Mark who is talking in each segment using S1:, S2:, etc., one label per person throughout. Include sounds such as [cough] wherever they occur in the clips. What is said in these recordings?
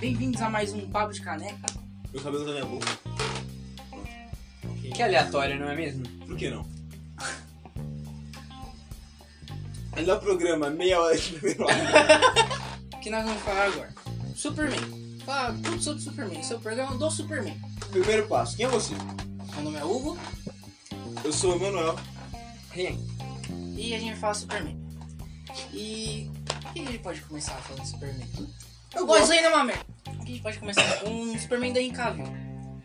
S1: bem-vindos a mais um Papo de Caneca.
S2: Meu cabelo da minha boca.
S3: Que aleatório, não é mesmo?
S2: Por que não? Melhor programa, meia hora de primeiro lado.
S3: [laughs]
S1: O que nós vamos falar agora? Superman. Fala tudo sobre Superman. Esse é o programa do Superman.
S2: Primeiro passo, quem é você?
S1: Meu nome é Hugo
S2: Eu sou o Emanuel.
S3: Quem?
S1: e a gente vai falar Superman. E o que a gente pode começar falando de Superman?
S2: Eu
S1: Pois ainda é uma merda. O que a gente pode começar com um Superman da Henricavill?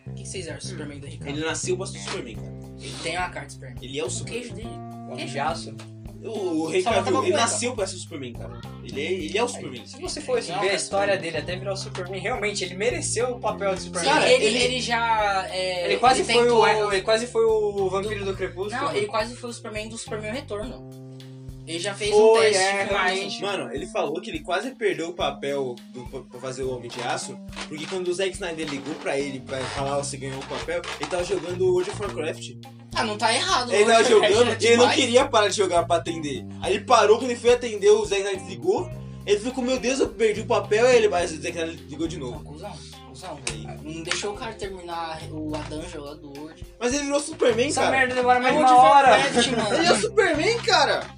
S1: O que vocês acham do Superman da Henricavill?
S2: Ele nasceu pra ser Superman, cara.
S1: Ele tem uma carta de Superman.
S2: Ele é o
S1: O
S2: Superman.
S1: queijo dele.
S3: Homem de aço?
S2: O, o Rei
S1: Só vai tomar
S2: Cavill, ele
S1: cueca.
S2: nasceu pra ser Superman, cara. Ele é, ele é o Superman.
S3: Se você fosse
S1: Não,
S3: ver a
S1: cara,
S3: história dele até virar o Superman, realmente ele mereceu o papel de Superman.
S1: Sim, ele,
S3: ele,
S1: ele já. é,
S3: quase foi
S1: tentou-
S3: o, ele quase foi o vampiro do Crepúsculo.
S1: um- Não, ele quase foi o Superman do Superman Retorno. Ele já fez um
S3: Foi,
S1: teste um-
S3: é,
S1: com-
S3: realmente.
S2: Mano, ele falou que ele quase perdeu o papel do, pra- pra fazer o Homem de Aço, porque quando o Zack Snyder ligou pra ele pra falar se ganhou o papel, ele tava jogando World of Warcraft.
S1: Ah, não tá errado.
S2: Ele tava
S1: Lord of the
S2: jogando
S1: Rings é
S2: e ele não
S1: demais.
S2: queria parar de jogar pra atender. Aí ele parou, quando ele foi atender, o Zack Snyder ligou, ele ficou, meu Deus, eu perdi o papel, aí ele, mas o Zack Snyder ligou de
S1: Não,
S2: novo.
S1: cuzão, cuzão.
S2: Aí.
S1: Não deixou o cara terminar o a dungeon lá do World.
S2: Mas ele virou Superman,
S3: Essa
S2: cara.
S3: merda demora mais
S1: É
S3: de
S1: World
S3: uma
S1: of
S3: hora.
S1: Warcraft,
S3: [laughs]
S1: mano. assim,
S2: Ele é o Superman, cara!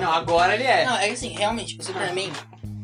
S3: Não, agora ele é.
S1: Não, é assim, realmente, o Superman,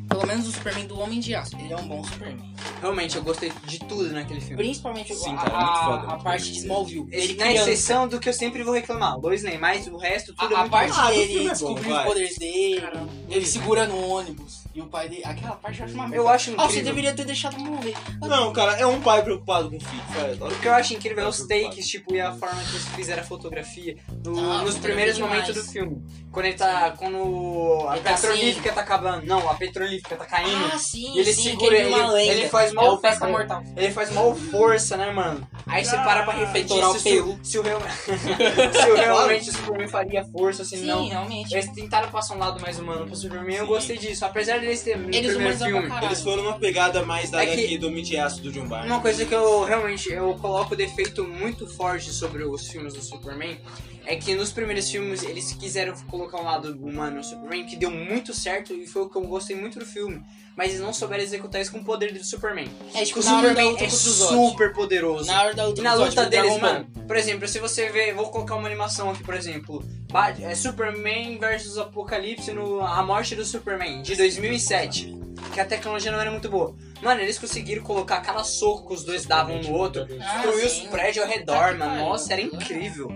S1: pelo menos o Superman do Homem de Aço, ele é um bom Superman.
S3: Realmente, eu gostei de tudo naquele filme.
S1: Principalmente
S2: Sim,
S1: a,
S2: cara, é muito
S1: a-
S2: foda.
S1: a parte de Smallville. Ele
S3: Na
S1: criança.
S3: exceção do que eu sempre vou reclamar, Lois Lane, mas o resto tudo é
S1: A, a
S3: muito
S1: parte
S2: Ah, do
S1: dele
S2: filme é bom,
S1: descobrindo os
S2: vai.
S1: poderes dele, ele segurando o ônibus. E o pai dele. Aquela parte eu acho uma
S3: bom.
S1: merda.
S3: Eu acho
S1: Ah, você
S3: incrível.
S1: deveria ter deixado morrer.
S2: Não, cara, é um pai preocupado com o filho, cara. Olha
S3: O que eu acho incrível é os
S2: preocupado.
S3: takes, tipo, e a forma que eles fizeram a fotografia no-
S1: Ah,
S3: nos
S1: muito
S3: primeiros
S1: demais.
S3: momentos do filme. Quando ele tá. Quando a
S1: Ele tá
S3: petrolífica tá acabando. Não, a petrolífica tá caindo.
S1: Ah, sim,
S3: E ele
S1: sim,
S3: segura,
S1: que é uma
S3: ele-
S1: lenda.
S3: ele faz
S1: É
S3: mal-
S1: o festa
S2: né?
S1: mortal.
S3: Ele faz mal força, né, mano? Aí você para pra refletir
S1: Torar o
S3: se, o- se o real- [laughs] se o realmente o Superman faria força, se
S1: Sim,
S3: não.
S1: realmente.
S3: Eles tentaram passar um lado mais humano pro Superman, eu
S2: Sim.
S3: gostei disso. Apesar deles terem no
S1: Eles
S3: primeiro
S1: humanizaram pra
S3: filme.
S1: caralho.
S2: Eles foram uma pegada mais da
S3: É que-
S2: HQ do Homem de Aço do John Byrne.
S3: Uma coisa que eu realmente eu coloco defeito muito forte sobre os filmes do Superman é que nos primeiros filmes eles quiseram colocar um lado humano no Superman que deu muito certo e foi o que eu gostei muito do filme, mas eles não souberam executar isso com o poder do Superman.
S1: É tipo,
S3: o
S1: na hora da
S3: Superman
S1: luta
S3: é
S1: contra o Zod.
S3: super poderoso.
S1: Na hora da
S3: E
S1: luta
S3: na
S1: contra o Zod, tipo,
S3: luta
S1: Dragon
S3: deles,
S1: Ball.
S3: mano, por exemplo, se você ver, vou colocar uma animação aqui, por exemplo, Ba- é Superman versus Apocalipse no A Morte do Superman, de 2007, que a tecnologia não era muito boa. Mano, eles conseguiram colocar cada soco que os dois davam um no outro,
S1: Ah,
S3: destruiu os
S1: sim.
S3: prédios ao
S1: Tá
S3: redor,
S1: que
S3: mano,
S1: pariu.
S3: nossa, era incrível.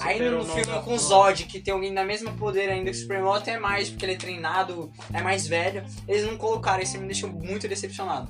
S3: Aí
S4: Superou
S3: no
S4: o nome
S3: filme
S4: da
S3: com o
S4: porra.
S3: Zod, que tem alguém da mesma poder ainda que o Superman, ou até mais, porque ele é treinado, é mais velho, eles não colocaram, isso me deixou muito decepcionado.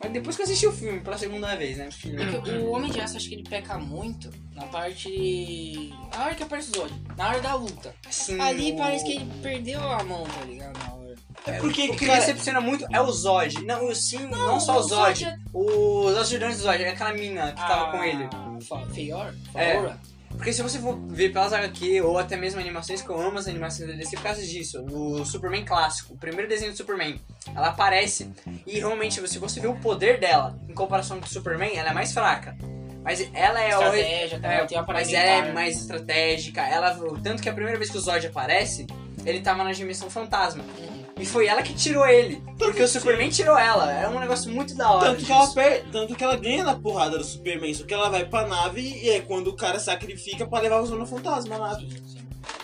S3: Mas depois que eu assisti o filme, pela segunda vez, né? porque-
S1: É que o Homem de Aço, acho que ele peca muito na parte. Na hora que aparece o Zod, na hora da luta.
S3: Assim,
S1: Ali
S3: o-
S1: parece que ele perdeu a mão, tá ligado? Na hora.
S2: É porque,
S3: O que me
S2: cara,
S3: decepciona muito é o Zod. Não, eu sim, não, só o Zod.
S1: é-
S3: Os ajudantes do Zod, é aquela mina que tava com ele.
S1: Ah, Fa- Feior?
S3: É.
S1: Faora?
S3: Porque se você for ver pelas HQ ou até mesmo animações, que eu amo as animações da DC por causa disso, no Superman clássico, o primeiro desenho do Superman, ela aparece e realmente, se você vê o poder dela em comparação com o Superman, ela é mais fraca. Mas ela é o.
S1: Estratégia, tá? Tem
S3: É,
S1: uma
S3: mas
S1: parada
S3: ela é
S1: militar.
S3: mais estratégica. Ela, tanto que a primeira vez que o Zod aparece, ele tava na dimensão fantasma.
S1: Uhum.
S3: E foi ela que tirou ele. Porque o Superman tirou ela. É um negócio muito da hora.
S2: Tanto que, ela per... Tanto que ela ganha na porrada do Superman, só que ela vai pra nave e é quando o cara sacrifica pra levar o Zona Fantasma na nave.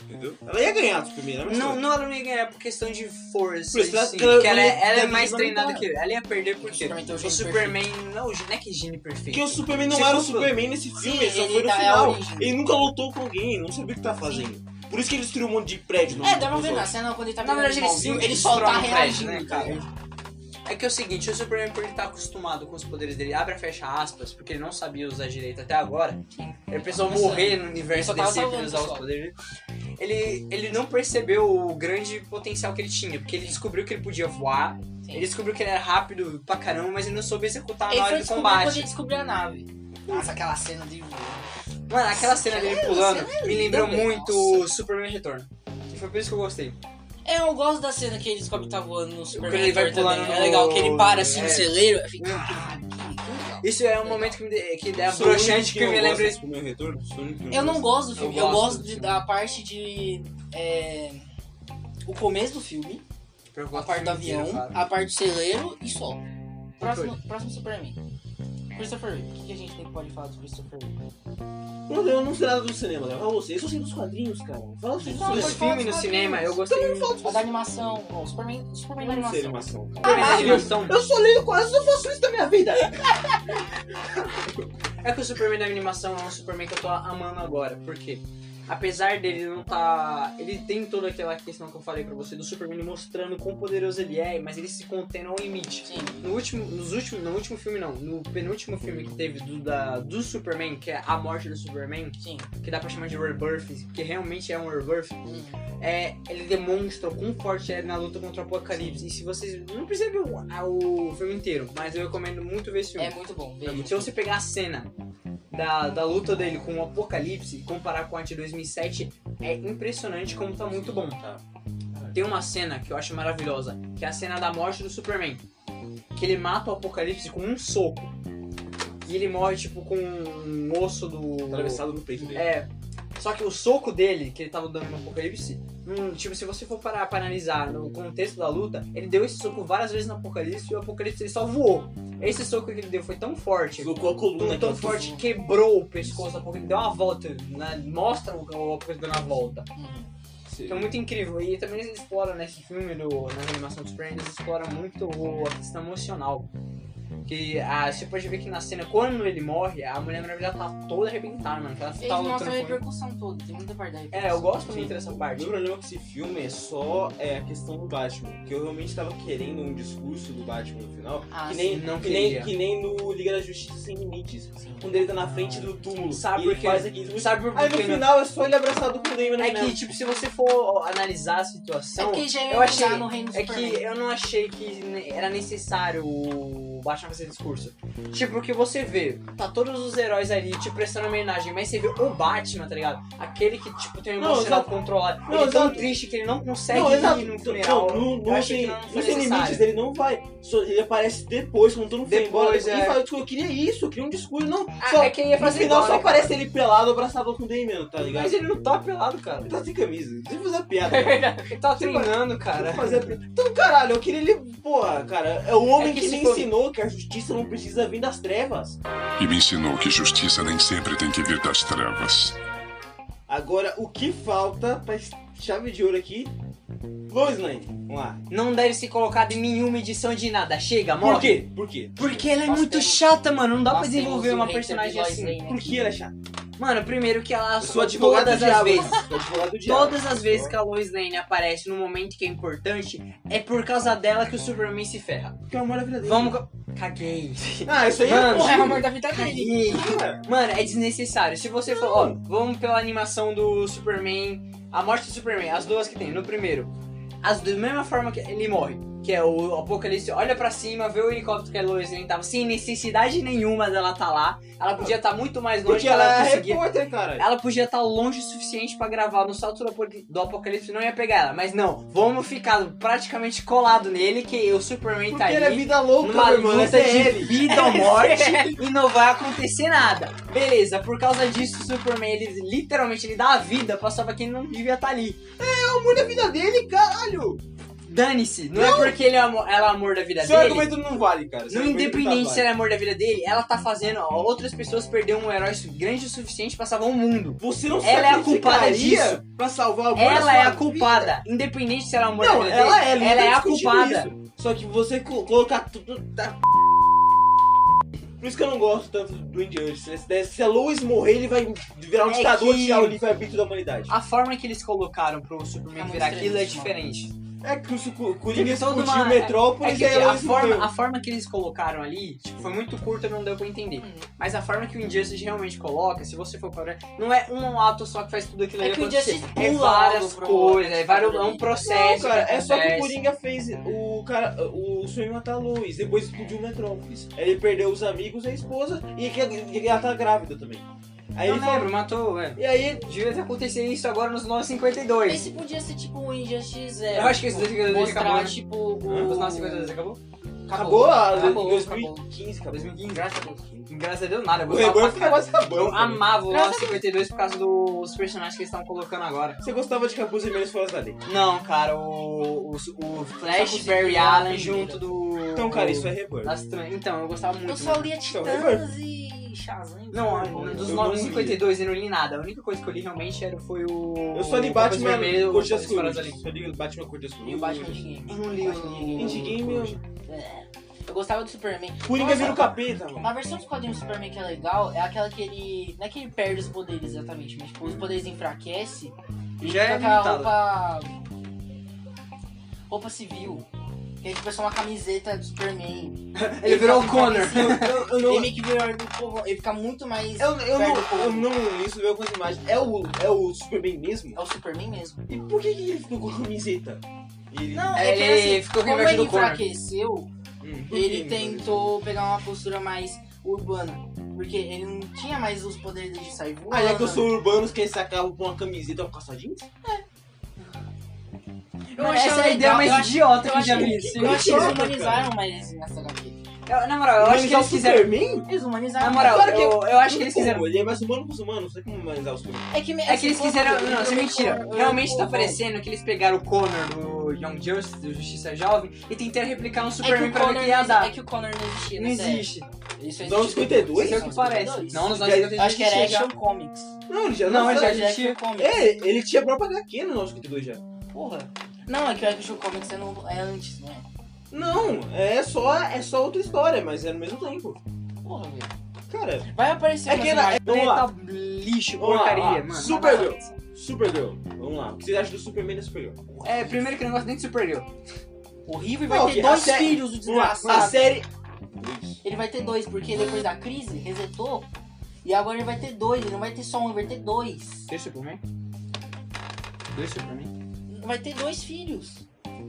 S2: Entendeu? Ela ia ganhar do Superman, é mas
S3: Não, não, ela não ia ganhar por questão de força.
S2: Por isso
S3: em
S2: ela-
S3: si,
S2: ela-
S3: porque ela, é-
S2: ela-
S3: ela é
S2: ela
S3: mais
S2: não
S3: treinada
S2: ganha.
S3: que ele. Ela ia perder por
S1: O
S3: quê?
S2: então,
S1: Superman tem um
S3: O
S1: gênio
S3: Superman. Não, o- não é que gene perfeito.
S2: Porque o Superman não
S3: Se
S2: era o
S3: fosse-
S2: Superman nesse filme,
S1: Sim,
S2: ele só
S1: ele
S2: foi no
S1: tá- é a
S2: final.
S1: origem.
S2: Ele nunca lutou com alguém, não sabia o que tá fazendo. Por isso que ele destruiu um monte de prédio. no-
S1: É, dá pra
S2: nos
S1: ver na
S2: outros.
S1: cena quando ele tá
S3: Na verdade, ele
S1: virando
S3: sim,
S1: malzinho, ele só tá reagindo,
S3: né,
S1: cara.
S3: cara? É que é o seguinte, o Superman, por ele estar acostumado com os poderes dele, abre e fecha aspas, porque ele não sabia usar direito até agora. Ele precisou
S1: Nossa.
S3: morrer no
S1: Ele
S3: universo
S1: só tava
S3: DC pra
S1: salvando,
S3: ele usar os
S1: pessoal.
S3: poderes dele. Ele, ele não percebeu o grande potencial que ele tinha, porque ele descobriu que ele podia voar,
S1: Sim.
S3: ele descobriu que ele era rápido pra caramba, mas ele não soube executar
S1: Ele
S3: na
S1: foi
S3: hora do
S1: descobrir
S3: combate.
S1: quando ele descobriu a nave. Nossa, aquela cena de voo.
S3: Mano, aquela cena dele
S1: Aquela
S3: pulando
S1: cena é
S3: me
S1: linda,
S3: lembrou
S1: velho.
S3: muito Superman Retorno. E foi por isso que eu gostei.
S1: É, eu gosto da cena que ele descobre que tá voando no Superman.
S3: ele vai
S1: Returns também.
S3: pulando
S1: É
S3: no-
S1: legal que ele para assim
S3: É.
S1: no celeiro. Fica, ah, que legal.
S3: Isso é um momento que, me de- que é
S2: Sou o único
S3: broxante que
S2: eu
S3: me
S2: gosto
S3: lembra
S2: do Superman Retorno, sou o único que
S1: Eu não
S2: gosto.
S1: gosto do filme.
S3: Eu
S1: Eu
S3: gosto
S1: gosto
S3: do
S1: de-
S3: filme.
S1: da parte de. é,
S3: Ah,
S1: o começo do filme, a parte do avião, a parte do celeiro e só. Próximo, próximo Superman. Christopher Reeve. O que, que a gente tem que pode falar do Christopher Reeve?
S2: Mano, eu não sei nada do cinema, Léo. Fala você. Eu só sei dos quadrinhos, cara. Fala você.
S1: Não,
S3: Os
S1: pode
S2: Dos
S1: falar
S3: filmes no
S1: dos
S3: cinema, eu
S1: quadrinhos.
S3: gostei muito.
S1: A da animação. Ó, Superman, Superman da
S2: Eu não sei
S1: animação.
S2: animação, cara.
S3: Filmes de
S2: Caralho,
S3: animação.
S2: Eu só leio quase, eu só faço isso da minha vida.
S3: É que o Superman da animação é um Superman que eu tô amando agora, porque apesar dele não tá. Ele tem toda aquela questão que eu falei pra você do Superman mostrando quão poderoso ele é, mas ele se contém ao limite.
S1: Sim.
S3: No último, nos últimos, no último filme não, no penúltimo filme que teve do, da, do Superman, que é a morte do Superman,
S1: Sim.
S3: que dá pra chamar de Rebirth, que realmente é um Rebirth, é, ele demonstra o quão forte é na luta contra o Apocalipse. E se vocês. Não precisa ver o, a- o filme inteiro, mas eu recomendo muito ver esse filme.
S1: É muito bom.
S3: É
S1: veja.
S3: muito- Se você pegar a cena da, da luta dele com o Apocalipse e comparar com a de 2007, é impressionante como tá muito bom.
S2: Tá.
S3: Tem uma cena que eu acho maravilhosa, que é a cena da morte do Superman. Que ele mata o Apocalipse com um soco. E ele morre, tipo, com um osso do...
S2: Atravessado no peito dele.
S3: É. Só que o soco dele, que ele tava dando no Apocalipse, hum, tipo, se você for parar pra analisar no contexto da luta, ele deu esse soco várias vezes no Apocalipse e o Apocalipse ele só voou. Esse soco que ele deu foi tão forte,
S2: Deslocou a coluna.
S3: tão, tão
S2: aqui, ó.
S3: forte, quebrou o pescoço do Apocalipse, deu uma volta, né? mostra o, o Apocalipse dando a volta.
S1: Uhum.
S2: Sim.
S3: Então é muito incrível. E também eles exploram nesse filme, do, na animação dos Friends, eles exploram muito o- a questão emocional. Que ah, você pode ver que na cena, quando ele morre, a Mulher Maravilha tá toda arrebentada, mano. que Ela
S1: Eles
S3: tá
S1: mostram
S3: lutando
S1: a
S3: com ele.
S1: repercussão toda. Tem muita parte da repercussão.
S3: É, eu gosto muito
S2: Sim.
S3: dessa
S2: O meu
S3: parte.
S2: problema com esse filme é só é, a questão do Batman. Que eu realmente tava querendo um discurso do Batman no final.
S1: Ah,
S2: que, nem,
S3: sim, não
S2: que, nem,
S3: queria.
S2: que nem no Liga da Justiça Sem Limites.
S1: Sim.
S2: Quando ele tá na frente do túmulo.
S3: Sabe
S2: e ele
S3: por quê?
S2: faz aquilo.
S3: Sabe por
S2: Aí no
S3: quê, né?
S2: final né? é só ele abraçado com o Damon no
S3: É
S2: final.
S3: que, tipo, se você for analisar a situação.
S1: É porque já
S3: eu
S1: ia
S3: achei-
S1: entrar no reino do
S3: É
S1: Superman.
S3: que eu não achei que ne- era necessário o Batman fazer discurso. Tipo, porque você vê, tá todos os heróis ali te prestando homenagem, mas você vê o Batman, tá ligado? Aquele que, tipo, tem o
S2: Não,
S3: emocional
S2: exato.
S3: controlado.
S2: Não,
S3: ele é tão
S2: exato.
S3: triste que ele não consegue
S2: não, exato.
S3: ir no
S2: Não,
S3: funeral.
S2: no, no,
S3: eu achei
S2: sem-
S3: que não foi
S2: no Sem Limites
S3: necessário.
S2: ele não vai. Só- ele aparece depois, quando todo mundo foi embora.
S3: Depois,
S2: ele
S3: é.
S2: fala, tipo, eu queria isso, eu queria um discurso. Não,
S3: Ah,
S2: só,
S3: é que ele ia
S2: no
S3: fazer
S2: final
S3: igual,
S2: só
S3: né, cara?
S2: aparece ele pelado, abraçado com o Damon, tá ligado?
S3: Mas ele não tá pelado, cara.
S2: Ele tá sem camisa. Deixa eu fazer uma
S3: [laughs]
S2: piada.
S3: É verdade. [laughs] Ele tá
S2: Você
S3: treinando, cara.
S2: Vamos fazer a pri- Então, caralho, eu queria ele. Porra, cara, é o homem
S3: É que
S2: que,
S3: se
S2: me
S3: for-
S2: ensinou que a justiça não precisa vir das trevas.
S4: e me ensinou que justiça nem sempre tem que vir das trevas.
S2: Agora, o que falta pra es- chave de ouro aqui? Lois Lane. Vamos lá.
S3: Não deve ser colocado em nenhuma edição de nada. Chega, morre.
S2: Por quê? Por quê?
S3: Porque ela é
S1: Nós
S3: muito
S1: temos-
S3: chata, mano. Não dá
S1: nós
S3: pra desenvolver
S1: temos um
S3: uma
S1: hater de
S3: personagem
S1: Lois
S3: assim.
S1: Lane, né?
S2: Por que ela é chata?
S3: Mano, primeiro que ela
S2: Eu sou
S3: assume
S2: advogado
S3: todas
S2: do
S3: as
S2: diabo.
S3: vezes.
S2: Sou advogado do diabo.
S3: Todas as vezes que a Lois Lane aparece num momento que é importante, é por causa dela que o Superman se ferra.
S2: Porque é uma maravilha dele.
S3: Vamos. co- Caguei.
S2: Ah, isso aí é
S3: Mano,
S1: Porra, é o amor
S2: porra.
S1: da
S3: tá
S1: vida dele.
S3: Caguei. Mano, é desnecessário. Se você for, ó, vamos pela animação do Superman, a morte do Superman, as duas que tem, no primeiro. As duas, mesma forma que ele morre, que é o Apocalipse olha pra cima, vê o helicóptero que a Lois Lane tava sem necessidade nenhuma dela tá lá. Ela podia estar muito mais longe
S2: Porque
S3: que ela,
S2: ela é
S3: conseguia.
S2: repórter, cara.
S3: Ela podia estar longe o suficiente pra gravar no salto do, apo- do apocalipse não ia pegar ela, mas não, vamos ficar praticamente colado nele que o Superman
S2: Porque
S3: tá
S2: ela é
S3: ali.
S2: vida louca,
S3: Numa
S2: meu irmão. Essa
S3: luta
S2: é
S3: de
S2: ele.
S3: vida
S2: [laughs]
S3: ou morte e não vai acontecer nada. Beleza, por causa disso o Superman, ele literalmente ele dá a vida pra salvar quem não devia estar ali.
S2: É o amor da vida dele, caralho.
S3: Dane-se, não, é porque ele é o amor, ela é o amor da vida
S2: Seu
S3: dele.
S2: argumento não vale, cara. Seu
S3: No
S2: argumento tá
S3: independente
S2: não
S3: se
S2: vale.
S3: ela é amor da vida dele, ela tá fazendo ó, outras pessoas perder um herói su- grande o suficiente pra salvar o mundo.
S2: Você não
S3: Ela é a culpada
S2: sacrificaria pra salvar o amor da
S3: Ela é
S2: sua
S3: a culpada, independente se ela é uma
S2: Não,
S3: mulher
S2: ela é,
S3: dele,
S2: ninguém
S3: ela é
S2: tá
S3: a
S2: discutindo
S3: culpada.
S2: isso. Só que você co- colocar tudo. tá- Por isso que eu não gosto tanto do Indiana. Se, se a Lois morrer, ele vai virar um
S3: É
S2: ditador
S3: que-
S2: e tirar o livre-arbítrio da humanidade.
S3: A forma que eles colocaram pro Superman
S1: É
S3: virar
S1: muito
S3: aquilo é
S1: diferente,
S3: diferente.
S2: É que o Su- o Coringa
S3: Teve toda
S2: explodiu
S3: uma-
S2: o
S3: É
S2: Metrópolis
S3: que
S2: e aí a
S3: a
S2: Lois
S3: forma,
S2: morreu.
S3: a forma que eles colocaram ali tipo, foi muito curta, não deu pra entender.
S1: Hum.
S3: Mas a forma que o Injustice realmente coloca, se você for parar, não é um ato só que faz tudo aquilo
S1: É
S3: ali
S1: que o
S3: acontecer.
S1: Injustice
S3: É
S1: pula
S3: várias
S1: algo pro
S3: coisas, é,
S1: outro,
S3: vários, é
S1: tudo
S3: um
S1: ali.
S2: Não,
S3: processo.
S2: cara,
S3: que
S2: é só que o
S3: acontece.
S2: Coringa fez o cara, o sonho matar a Lois, depois explodiu o Metrópolis. Aí ele perdeu os amigos e a esposa, e que- e ela tá grávida também. Aí
S3: Não
S2: ele falou,
S3: lembro, matou, é.
S2: e aí
S3: Devia ter acontecido isso agora nos 952.
S1: Esse podia ser tipo um Injustice Zero.
S3: Eu acho que esse
S1: tipo,
S3: daqui-
S1: mostrar,
S3: acabou, né?
S1: tipo,
S2: Hã?
S1: o...
S3: Nos 952 acabou?
S2: acabou, ah, a
S1: Acabou,
S2: 2015, acabou.
S3: 2015.
S1: Graças a Deus.
S3: Graças a Deus, nada. Eu
S2: O
S3: gostava pra
S2: Rebirth
S3: caralho.
S2: acabou acabando.
S3: Eu
S2: também.
S3: amava o
S1: Graças
S3: Law 52 por causa dos personagens que eles estão colocando agora.
S2: Você gostava de Capuz e Menos Fora da Lei?
S3: Não, cara, o, o, o
S1: Só
S3: Flash,
S1: consegui
S3: Barry
S1: lá
S3: Allen
S1: primeiro.
S3: junto do
S2: Então, cara, isso é Rebirth.
S3: As tran- Então, eu gostava muito.
S1: Eu só
S3: mano.
S1: lia Titãs e Shazam.
S3: Então,
S1: Tipo,
S3: Não, a- dos
S2: Eu
S3: 952 eu não li nada. A única coisa que eu li realmente era, foi o.
S2: Eu só li
S3: o Capuz
S2: Batman
S3: Vermelho,
S2: Corte
S3: as
S2: Escuras.
S3: Esferas ali.
S2: Só li Batman Corte
S3: é.
S2: Escuras.
S1: E o Batman Endgame.
S3: Eu não li o.
S2: Endgame, eu-
S1: É. Eu gostava do Superman.
S2: um- Coringa
S1: Nossa,
S2: vira o capeta, mano.
S1: A versão dos quadrinhos do Superman que é legal é aquela que ele. Não é que ele perde os poderes exatamente, mas tipo, os poderes enfraquece e fica
S3: Já é
S1: com aquela
S3: limitado.
S1: roupa. roupa civil. Que aí tipo, é só uma camiseta do
S3: [laughs]
S1: Superman.
S3: Ele virou o
S1: fica
S3: Connor.
S1: enfraquecido.
S2: Eu, eu
S1: Ele
S2: não...
S1: meio que vira do povo. Ele fica muito mais.
S2: Eu,
S1: perto
S2: eu, não, eu
S1: do povo.
S2: não, isso veio com as imagens. É o, é o Superman mesmo?
S1: É o Superman mesmo.
S2: E por que, que ele ficou com a camiseta? Ele...
S1: Não,
S3: é
S1: é
S3: que
S1: que
S3: Ele
S1: assim,
S3: assim, ficou com
S1: como
S3: inveja
S1: ele
S3: do Connor.
S1: enfraqueceu,
S2: Hum, por
S1: ele
S2: que,
S1: tentou pegar uma postura mais urbana. Porque ele não tinha mais os poderes de sair voando.
S2: mano? Ah, é que eu sou urbano, que esse acaba com uma camiseta com calçadinhos?
S3: Eu
S1: Mas
S3: achei
S1: essa
S3: uma
S1: é
S3: ideia
S1: legal,
S3: mais
S1: eu acho-
S3: idiota
S1: Eu
S3: que já
S1: achei,
S3: vi.
S1: eu achei que eles humanizaram mais nessa HQ.
S3: Eu- Na moral, eu acho que eles quiseram.
S2: é Superman?
S1: Eles humanizaram
S3: Na moral,
S1: mais.
S2: Claro que-
S3: eu, eu acho que eles quiseram.
S2: Ele é mais humano que os humanos, não sei como humanizar o Superman.
S1: É que, me-
S3: É que eles
S1: esse
S3: quiseram.
S1: ponto-
S3: Não, isso é mentira.
S1: eu-
S3: Realmente tá
S1: eu-
S3: parecendo que eles pegaram o Connor do Young Justice, do Justiça Jovem, e tentaram replicar um
S1: É que,
S3: Superman
S1: o
S3: pra ver
S1: Connor,
S3: que ia dar.
S1: é que o Connor não existia,
S3: Não
S1: né,
S2: é
S1: sério.
S3: existe.
S1: Isso
S2: Nos anos 52?
S3: Isso é o que parece. Não, nos anos 50
S1: Acho que era
S3: existia já.
S1: Action Comics.
S2: é- Não, ele já
S3: Não, ele já
S1: Era
S3: existia.
S1: Action Comics.
S2: É, ele tinha a própria HQ no nosso 52 já.
S1: Porra. Não, é que o Action Comics é, no- é antes, não é?
S2: Não, é só, é só outra história, mas é no mesmo tempo.
S1: Porra, velho.
S2: Cara,
S1: Vai aparecer
S2: É
S1: umas
S2: que era-
S1: imagens-
S2: Vamos lá.
S3: Planeta tá lixo,
S2: Vamos lá,
S3: porcaria,
S2: vamos lá.
S3: mano.
S2: Supergirl. Supergirl, vamos lá. O que vocês acham do Superman e da Supergirl?
S3: É, primeiro que eu não gosto nem de Supergirl.
S1: Horrível e
S2: Não,
S1: vai
S2: ok,
S1: ter
S2: a
S1: dois
S2: série-
S1: filhos, o
S2: Vamos lá, a
S1: desgraçado.
S2: série...
S1: Ele vai ter dois, porque depois da crise, resetou. E agora ele vai ter dois, ele não vai ter só um, ele vai ter dois.
S3: Dois Superman? Dois Superman?
S1: Vai ter dois filhos.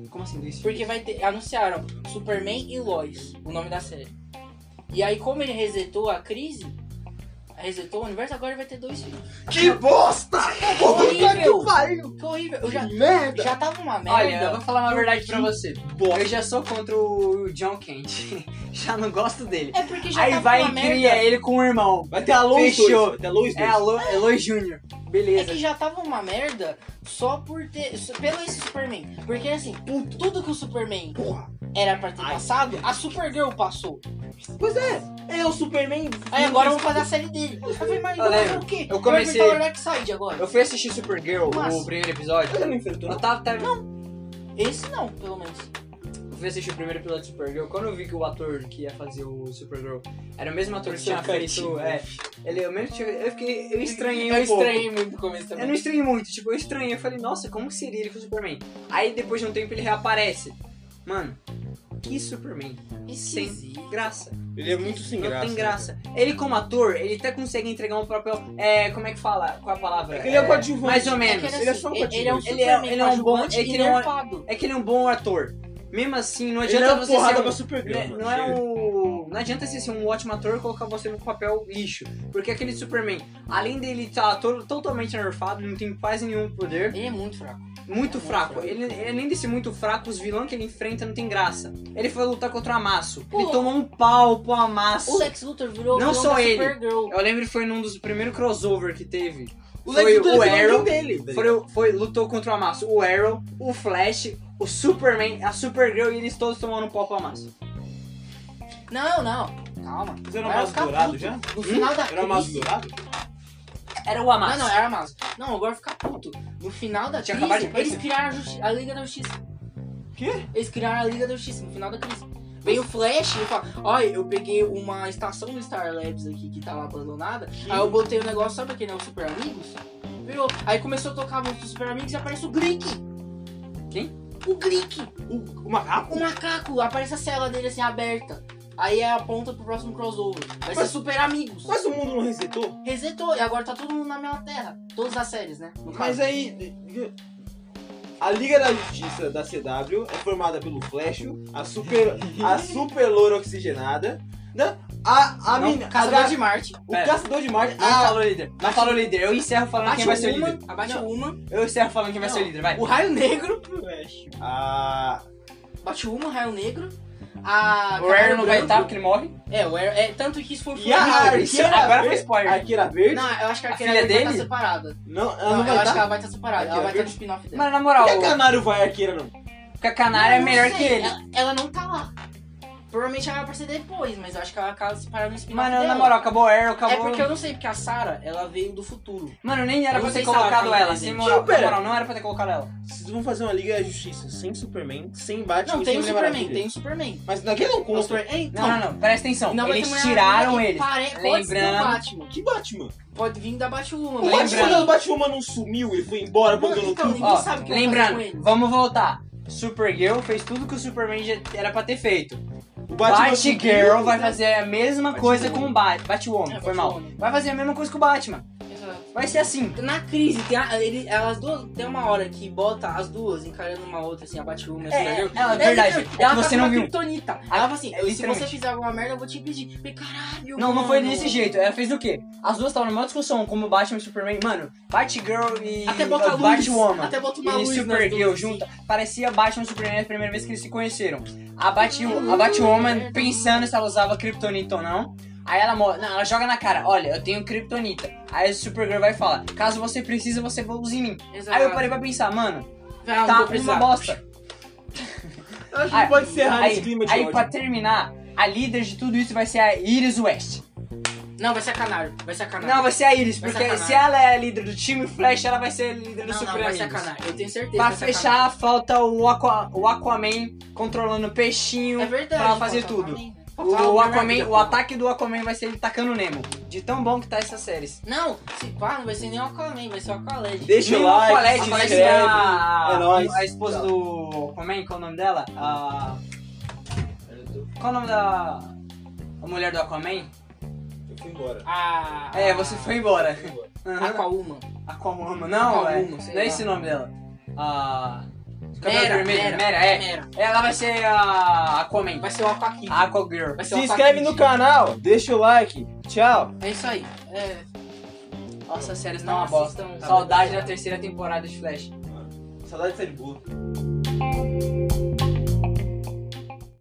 S3: Como assim, dois
S1: Porque vai ter. Anunciaram Superman e Lois, o nome da série. E aí, como ele resetou a crise, resetou o universo, agora ele vai ter dois filhos.
S2: Que bosta!
S1: Horrível!
S2: pariu!
S1: Que horrível! Eu já,
S2: Merda!
S1: já tava uma merda.
S3: Olha, eu vou falar uma verdade pra você. Eu já sou contra o John Kent. [laughs] já não gosto dele.
S1: É porque já
S3: Aí
S1: tava
S3: vai
S1: uma
S3: e
S1: merda. É
S3: cria ele com o irmão.
S2: Vai ter Tá a Lois
S3: Fechou.
S2: 2, vai ter a Lois
S3: Tá É
S2: 2.
S3: Alo Eloy Jr.
S1: É
S3: Beleza.
S1: que já tava uma merda só por ter. só Pelo esse Superman. Porque assim, tudo que o Superman
S2: Porra.
S1: era pra ter
S2: Ai.
S1: passado, a Supergirl passou.
S2: Pois é, é o Superman...
S1: Aí agora vamos fazer a série dele. Eu falei, mas
S3: Eu
S1: eu vou fazer
S3: lembro.
S1: o quê?
S3: Eu comecei-
S1: Eu vou enfrentar o Darkseid agora.
S3: Eu fui assistir Supergirl,
S1: Massa.
S3: o primeiro episódio.
S2: Ele é não enfrentou,
S3: Eu
S2: não?
S3: tava, tava-
S1: Esse não, pelo menos.
S3: Eu fui assistir o primeiro episódio de Supergirl. Quando eu vi que o ator que ia fazer o Supergirl era o mesmo ator que tinha feito.
S2: Catinho.
S3: É, ele eu mesmo tinha- Eu fiquei. Eu estranhei um
S1: Eu
S3: pouco.
S1: estranhei muito no começo também.
S3: Eu não estranhei muito, tipo, eu estranhei. Eu falei, nossa, como que seria ele com o Superman? Aí depois de um tempo ele reaparece. Mano, que Superman.
S1: Esquisito.
S3: Graça.
S2: Ele é muito sem
S3: não
S2: graça. né,
S3: tem graça. Ele, como ator, ele até consegue entregar um papel. É, como é que fala? Qual a palavra?
S2: Ele é o coadjuvante.
S3: Mais ou
S1: É que
S3: menos.
S1: ele,
S2: Ele é
S1: assim,
S2: só um
S1: ele, ele é um
S2: coadjuvante.
S1: ele é, ele é um bom, é e
S3: que ele é um-
S1: nerfado.
S3: É que ele é um bom ator. Mesmo assim, não
S2: Ele
S3: adianta
S2: é uma
S3: você
S2: porrada
S3: ser
S2: pra
S3: um...
S2: Supergirl.
S3: Né,
S2: mano.
S3: não é
S2: Chega.
S3: um. Não adianta você ser um ótimo ator e colocar você num papel lixo. Porque aquele Superman, além dele estar todo, totalmente nerfado, não tem quase nenhum poder,
S1: Ele é muito fraco.
S3: muito
S1: É muito
S3: fraco.
S1: fraco.
S3: Ele, ele, além de ser muito fraco, os vilões que ele enfrenta não tem graça. Ele foi lutar contra o Amasso. Ele
S1: Pô.
S3: tomou um pau pro
S1: O
S3: Amasso.
S1: Lex Luthor virou
S3: Não
S1: vilão
S3: só
S1: da
S3: ele.
S1: Supergirl.
S3: Eu lembro que foi num dos primeiros crossover que teve.
S2: O
S3: Foi
S2: Lex Luthor
S3: o
S2: é vilão
S3: Arrow,
S2: dele.
S3: Foi, o- foi- lutou contra o Amasso. O Arrow, o Flash, o Superman, a Supergirl e eles todos tomaram um pau pro Amasso.
S1: Não, não. Calma.
S2: Você era
S1: Vai
S2: mais
S1: ficar
S2: dourado
S1: puto.
S2: já?
S1: No final da
S2: Era mais
S1: crise...
S2: dourado?
S3: Era o
S1: Ah, Não,
S3: Amasso.
S1: não, era Amazo. Não, agora fica puto. No final da
S3: Tinha acabado de
S1: crise, eles
S3: aparecer.
S1: criaram a, justi- a Liga da Justiça.
S2: Quê?
S1: Eles criaram a Liga da Justiça no final da crise. Veio o Flash e fala, olha, eu peguei uma estação do Star Labs aqui que tava abandonada, aí eu botei o negócio, sabe aquele não, Super Amigos? Virou. Aí começou a tocar a música do Super Amigos e aparece o Glick.
S3: Quem?
S1: O Glick.
S2: O, o macaco?
S1: O macaco, aparece a cela dele assim aberta. Aí é aponta pro próximo crossover. Vai ser
S2: Mas-
S1: Super Amigos.
S2: Mas o mundo não resetou?
S1: Resetou e agora tá todo mundo na mesma terra. Todas as séries, né? No
S2: Mas
S1: caso.
S2: aí... A Liga da Justiça da CW é formada pelo Flash, a super,
S1: [laughs]
S2: a super loura oxigenada, né? a, a
S3: Não,
S2: mina, a
S1: Caçador
S2: gar-
S1: de Marte.
S2: o
S3: Pera.
S2: Caçador de Marte,
S3: Não
S2: a,
S3: fala o líder. Não fala o líder. Eu encerro falando quem vai ser o líder.
S1: Batwoman, a Batwoman,
S3: Eu encerro falando quem vai ser o
S1: Não.
S3: líder, vai.
S1: o Raio [laughs] Negro.
S2: a,
S1: Batwoman, o Raio Negro. A.
S3: O Arrow não vai
S1: Branco.
S3: estar porque ele morre.
S1: É, o Arrow. É, tanto que isso foi
S2: e a
S1: foi-
S2: Arqueira
S3: Agora foi
S2: Verde-
S3: spoiler.
S2: Arqueira Verde,
S1: Não, eu acho que a
S3: A
S1: Arqueira
S3: filha
S1: Verde vai
S3: dele?
S1: estar separada.
S2: não, ela
S1: Não,
S2: não,
S1: eu
S2: vai tá?
S1: acho que
S2: estar.
S1: ela vai estar separada.
S2: Arqueira
S1: Ela vai estar no
S2: Verde?
S1: spin-off dela.
S3: Mano, na
S2: Por
S3: moral,
S2: que a Canário vai a Arqueira, não?
S3: o Cacanário é
S1: Eu não
S3: melhor que
S1: sei,
S3: ele.
S1: Ela, ela não tá lá. Provavelmente ela vai aparecer depois, mas eu acho que ela acaba se parando no spin
S3: Mano, na moral, acabou Arrow,
S1: É
S3: acabou. um-
S1: porque eu não sei, porque a Sarah, ela veio do futuro.
S3: Mano, nem era
S1: Eu não
S3: pra ter
S1: sei se ela
S3: colocado
S1: tá
S3: ela.
S1: inteligente.
S3: Sem moral,
S2: Tipo,
S3: na moral, não era pra ter colocado ela.
S2: Vocês vão fazer uma Liga da Justiça sem Superman, sem Batman
S1: Não,
S2: e
S1: tem
S2: sem
S1: o
S2: Mulher
S1: Superman,
S2: Maravilha.
S1: tem o Superman.
S2: Mas naquele não
S1: O
S2: consta.
S1: Super- Ei,
S3: Não, não, não, presta atenção.
S1: Não, mas é
S3: eles
S1: tem uma-
S3: tiraram
S1: que
S3: eles.
S1: pare- pode ser
S3: Lembrando-
S1: do Batman.
S2: Que Batman?
S1: Pode vir da Batwoman.
S2: O Batman,
S3: Lembrando-
S2: quando o Batwoman não sumiu e foi embora,
S1: Mano,
S2: abandonou
S1: então,
S2: tudo.
S1: ninguém
S3: Ó,
S1: sabe o que vai fazer com
S3: lembrando,
S1: eles.
S3: vamos voltar. Supergirl fez tudo que o Superman já era pra ter feito.
S2: O
S3: Batgirl
S2: sumiu,
S3: vai
S2: né?
S3: fazer a mesma coisa com o Bat Batwoman,
S1: É,
S3: foi mal.
S1: Batwoman.
S3: Vai fazer a mesma coisa com o Batman.
S1: Exato.
S3: Vai ser assim.
S1: Na crise, tem a- ele- elas duas, tem uma hora que bota as duas encarando uma outra, assim, a Batwoman,
S3: É,
S1: assim, entendeu?
S3: ela-
S1: Ela-
S3: verdade,
S1: ela
S3: é que
S1: tá
S3: você
S1: com
S3: não
S1: uma
S3: viu.
S1: Kriptonita.
S3: Ah,
S1: Ela fala assim,
S3: é,
S1: se
S3: literalmente.
S1: você fizer alguma merda, eu vou te pedir. Falei, caralho,
S3: Não, não
S1: mano.
S3: foi desse jeito. Ela fez o quê? As duas estavam numa discussão, como Batman e Superman. Mano, Batgirl e
S1: Até bota a luz,
S3: Batwoman.
S1: até bota uma
S3: e
S1: luz nas
S3: Supergirl
S1: duas,
S3: junta. Parecia Batman e Superman a primeira vez que eles se conheceram. A, Bat a Batwoman pensando se ela usava Kryptonita ou não. Aí ela, mo- não, ela joga na cara, olha, eu tenho Kryptonita. Aí o Supergirl vai falar, caso você precise, você usa em mim.
S1: Exato.
S3: Aí eu parei pra pensar, mano,
S1: Vai, eu não
S3: tá
S1: vou
S3: uma
S1: precisar.
S3: bosta.
S2: Eu Acho
S3: Aí-
S2: que pode encerrar
S3: Ah, aí,
S2: esse clima de
S3: aí
S2: ódio.
S3: pra terminar, a líder de tudo isso vai ser a Iris West.
S1: Não, vai ser a Canário, vai ser a Canário.
S3: Não, vai ser a Iris,
S1: Vai
S3: porque
S1: sacanagem.
S3: se ela é a líder do time Flash, ela vai ser a líder do
S1: não, não,
S3: Super
S1: vai
S3: Amigos.
S1: ser a Canário, eu tenho certeza.
S3: Pra
S1: que vai ser a
S3: fechar, falta o, Aqua- o Aquaman controlando o peixinho
S1: Canário. É verdade.
S3: pra fazer
S1: falta
S3: tudo.
S1: Aquaman, né?
S3: O,
S1: Falta Mulher
S3: Aquaman,
S1: Maravilha,
S3: o
S1: pô.
S3: ataque do Aquaman vai ser ele tacando o Nemo. De tão bom que tá essas séries.
S1: Não, se pá, não vai ser nem o Aquaman, vai ser o Aqualad.
S2: Deixa o
S3: Nemo
S2: like,
S3: Colette,
S2: se
S3: a Colette
S2: inscreve.
S3: é a,
S2: É nóis.
S3: a esposa do Aquaman, qual é o nome dela? A- qual é o nome da a mulher do Aquaman?
S2: Eu fui embora.
S1: Ah,
S3: É, você foi embora.
S2: Eu fui embora.
S3: Uhum.
S1: Aquawoman.
S3: Aquaman, não, é.
S1: Aquawoman, sei
S3: Não é
S1: lá.
S3: esse o nome dela. A. Cabelo
S1: Mera,
S3: vermelho,
S1: Mera,
S3: é.
S1: Mera.
S3: Ela vai ser a Aquaman,
S1: Vai ser o Aquakid.
S3: a Aquagirl.
S1: Vai ser
S2: Se
S1: o
S2: inscreve
S1: Aquakid.
S2: no canal, deixa o like. Tchau.
S1: É isso aí. É,
S3: Nossa, as séries
S1: não
S3: não é uma bosta.
S1: assistam.
S3: Saudade da terceira temporada de Flash.
S2: Saudade de ser burro.